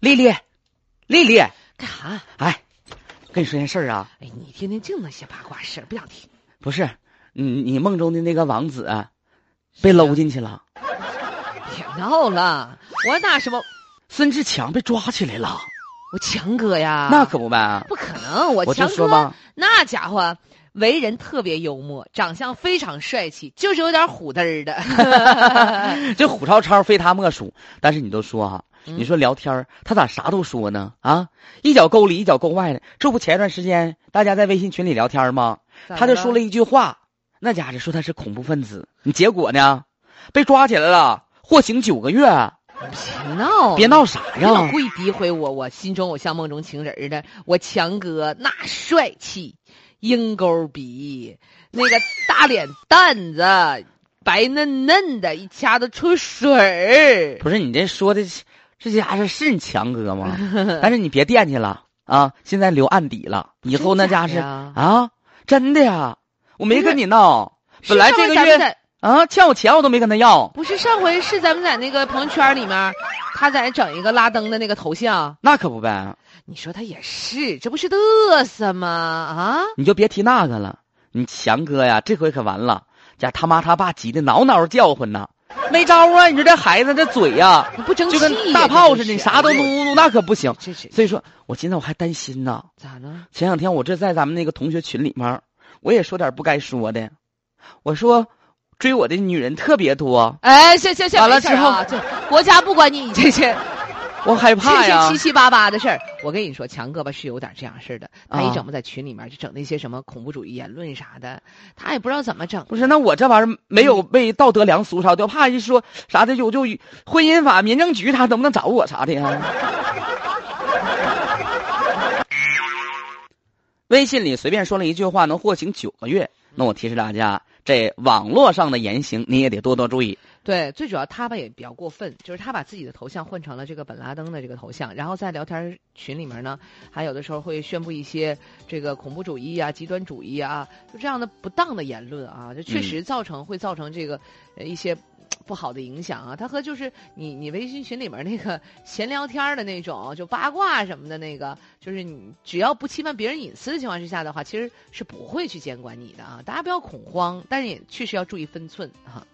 丽丽，丽丽，干啥？哎，跟你说件事儿啊，哎，你天天净那些八卦事儿，不想听。不是，你你梦中的那个王子啊，被搂进去了，别闹了，我那什么，孙志强被抓起来了，我强哥呀，那可不呗。不可能，啊我我就强说哥吧，那家伙为人特别幽默，长相非常帅气，就是有点虎嘚儿的。这虎超超非他莫属。但是你都说哈、啊 嗯你 说聊天儿他咋啥都说呢？啊，一脚沟里一脚沟外的。这不前段时间大家在微信群里聊天吗？嗯他就说了一句话，那家伙说他是恐怖分子，你结果呢，被抓起来了，获刑九个月。啊别闹，别闹啥哦你老呀？故意诋毁我，我心中偶像梦中情人儿的我强哥那帅气，鹰钩鼻，那个大脸蛋子，白嫩嫩的，一掐都出水儿。不是你这说的，这家伙是你强哥 吗？但是你别惦记了啊，现在留案底了，以后那家是真假呀啊，真的呀，我没跟你闹，是本来上这回个咱们月在啊欠我钱我都没跟他要，不是上回是咱们在那个朋友圈里面，他在整一个拉登的那个头像，那可不呗，你说他也是，这不是嘚瑟吗？啊，你就别提那个了，你强哥呀，这回可完了，家他妈他爸急得嗷嗷叫唤呢，没招啊，你说这孩子这嘴呀、你不争气就呀，跟大炮似的，真你是啥都噜，噜，那可不行。这是所以说我现在我还担心呢。咋了？前两天我这在咱们那个同学群里面儿，我也说点不该说的。我说，追我的女人特别多，哎，行行行，完了没事儿之后啊，这国家不管你这些我害怕这呀些七。七八八的事儿，我跟你说，强哥吧是有点这样事儿的。他一啊整不在群里面就整那些什么恐怖主义言论啥的，他也不知道怎么整。不是，那我这玩意儿没有被道德良俗烧掉，怕一说啥的，有就婚姻法、民政局啥能不能找我啥的呀？微信里随便说了一句话，能获刑九个月。那我提示大家，这网络上的言行你也得多多注意。对，最主要他吧也比较过分，就是他把自己的头像换成了这个本拉登的这个头像，然后在聊天群里面呢，还有的时候会宣布一些这个恐怖主义啊、极端主义啊，就这样的不当的言论啊，就确实造成、会造成这个呃一些。不好的影响啊，他和就是你你微信群里面那个闲聊天的那种，就八卦什么的那个，就是你只要不侵犯别人隐私的情况之下的话，其实是不会去监管你的啊。大家不要恐慌，但是也确实要注意分寸哈、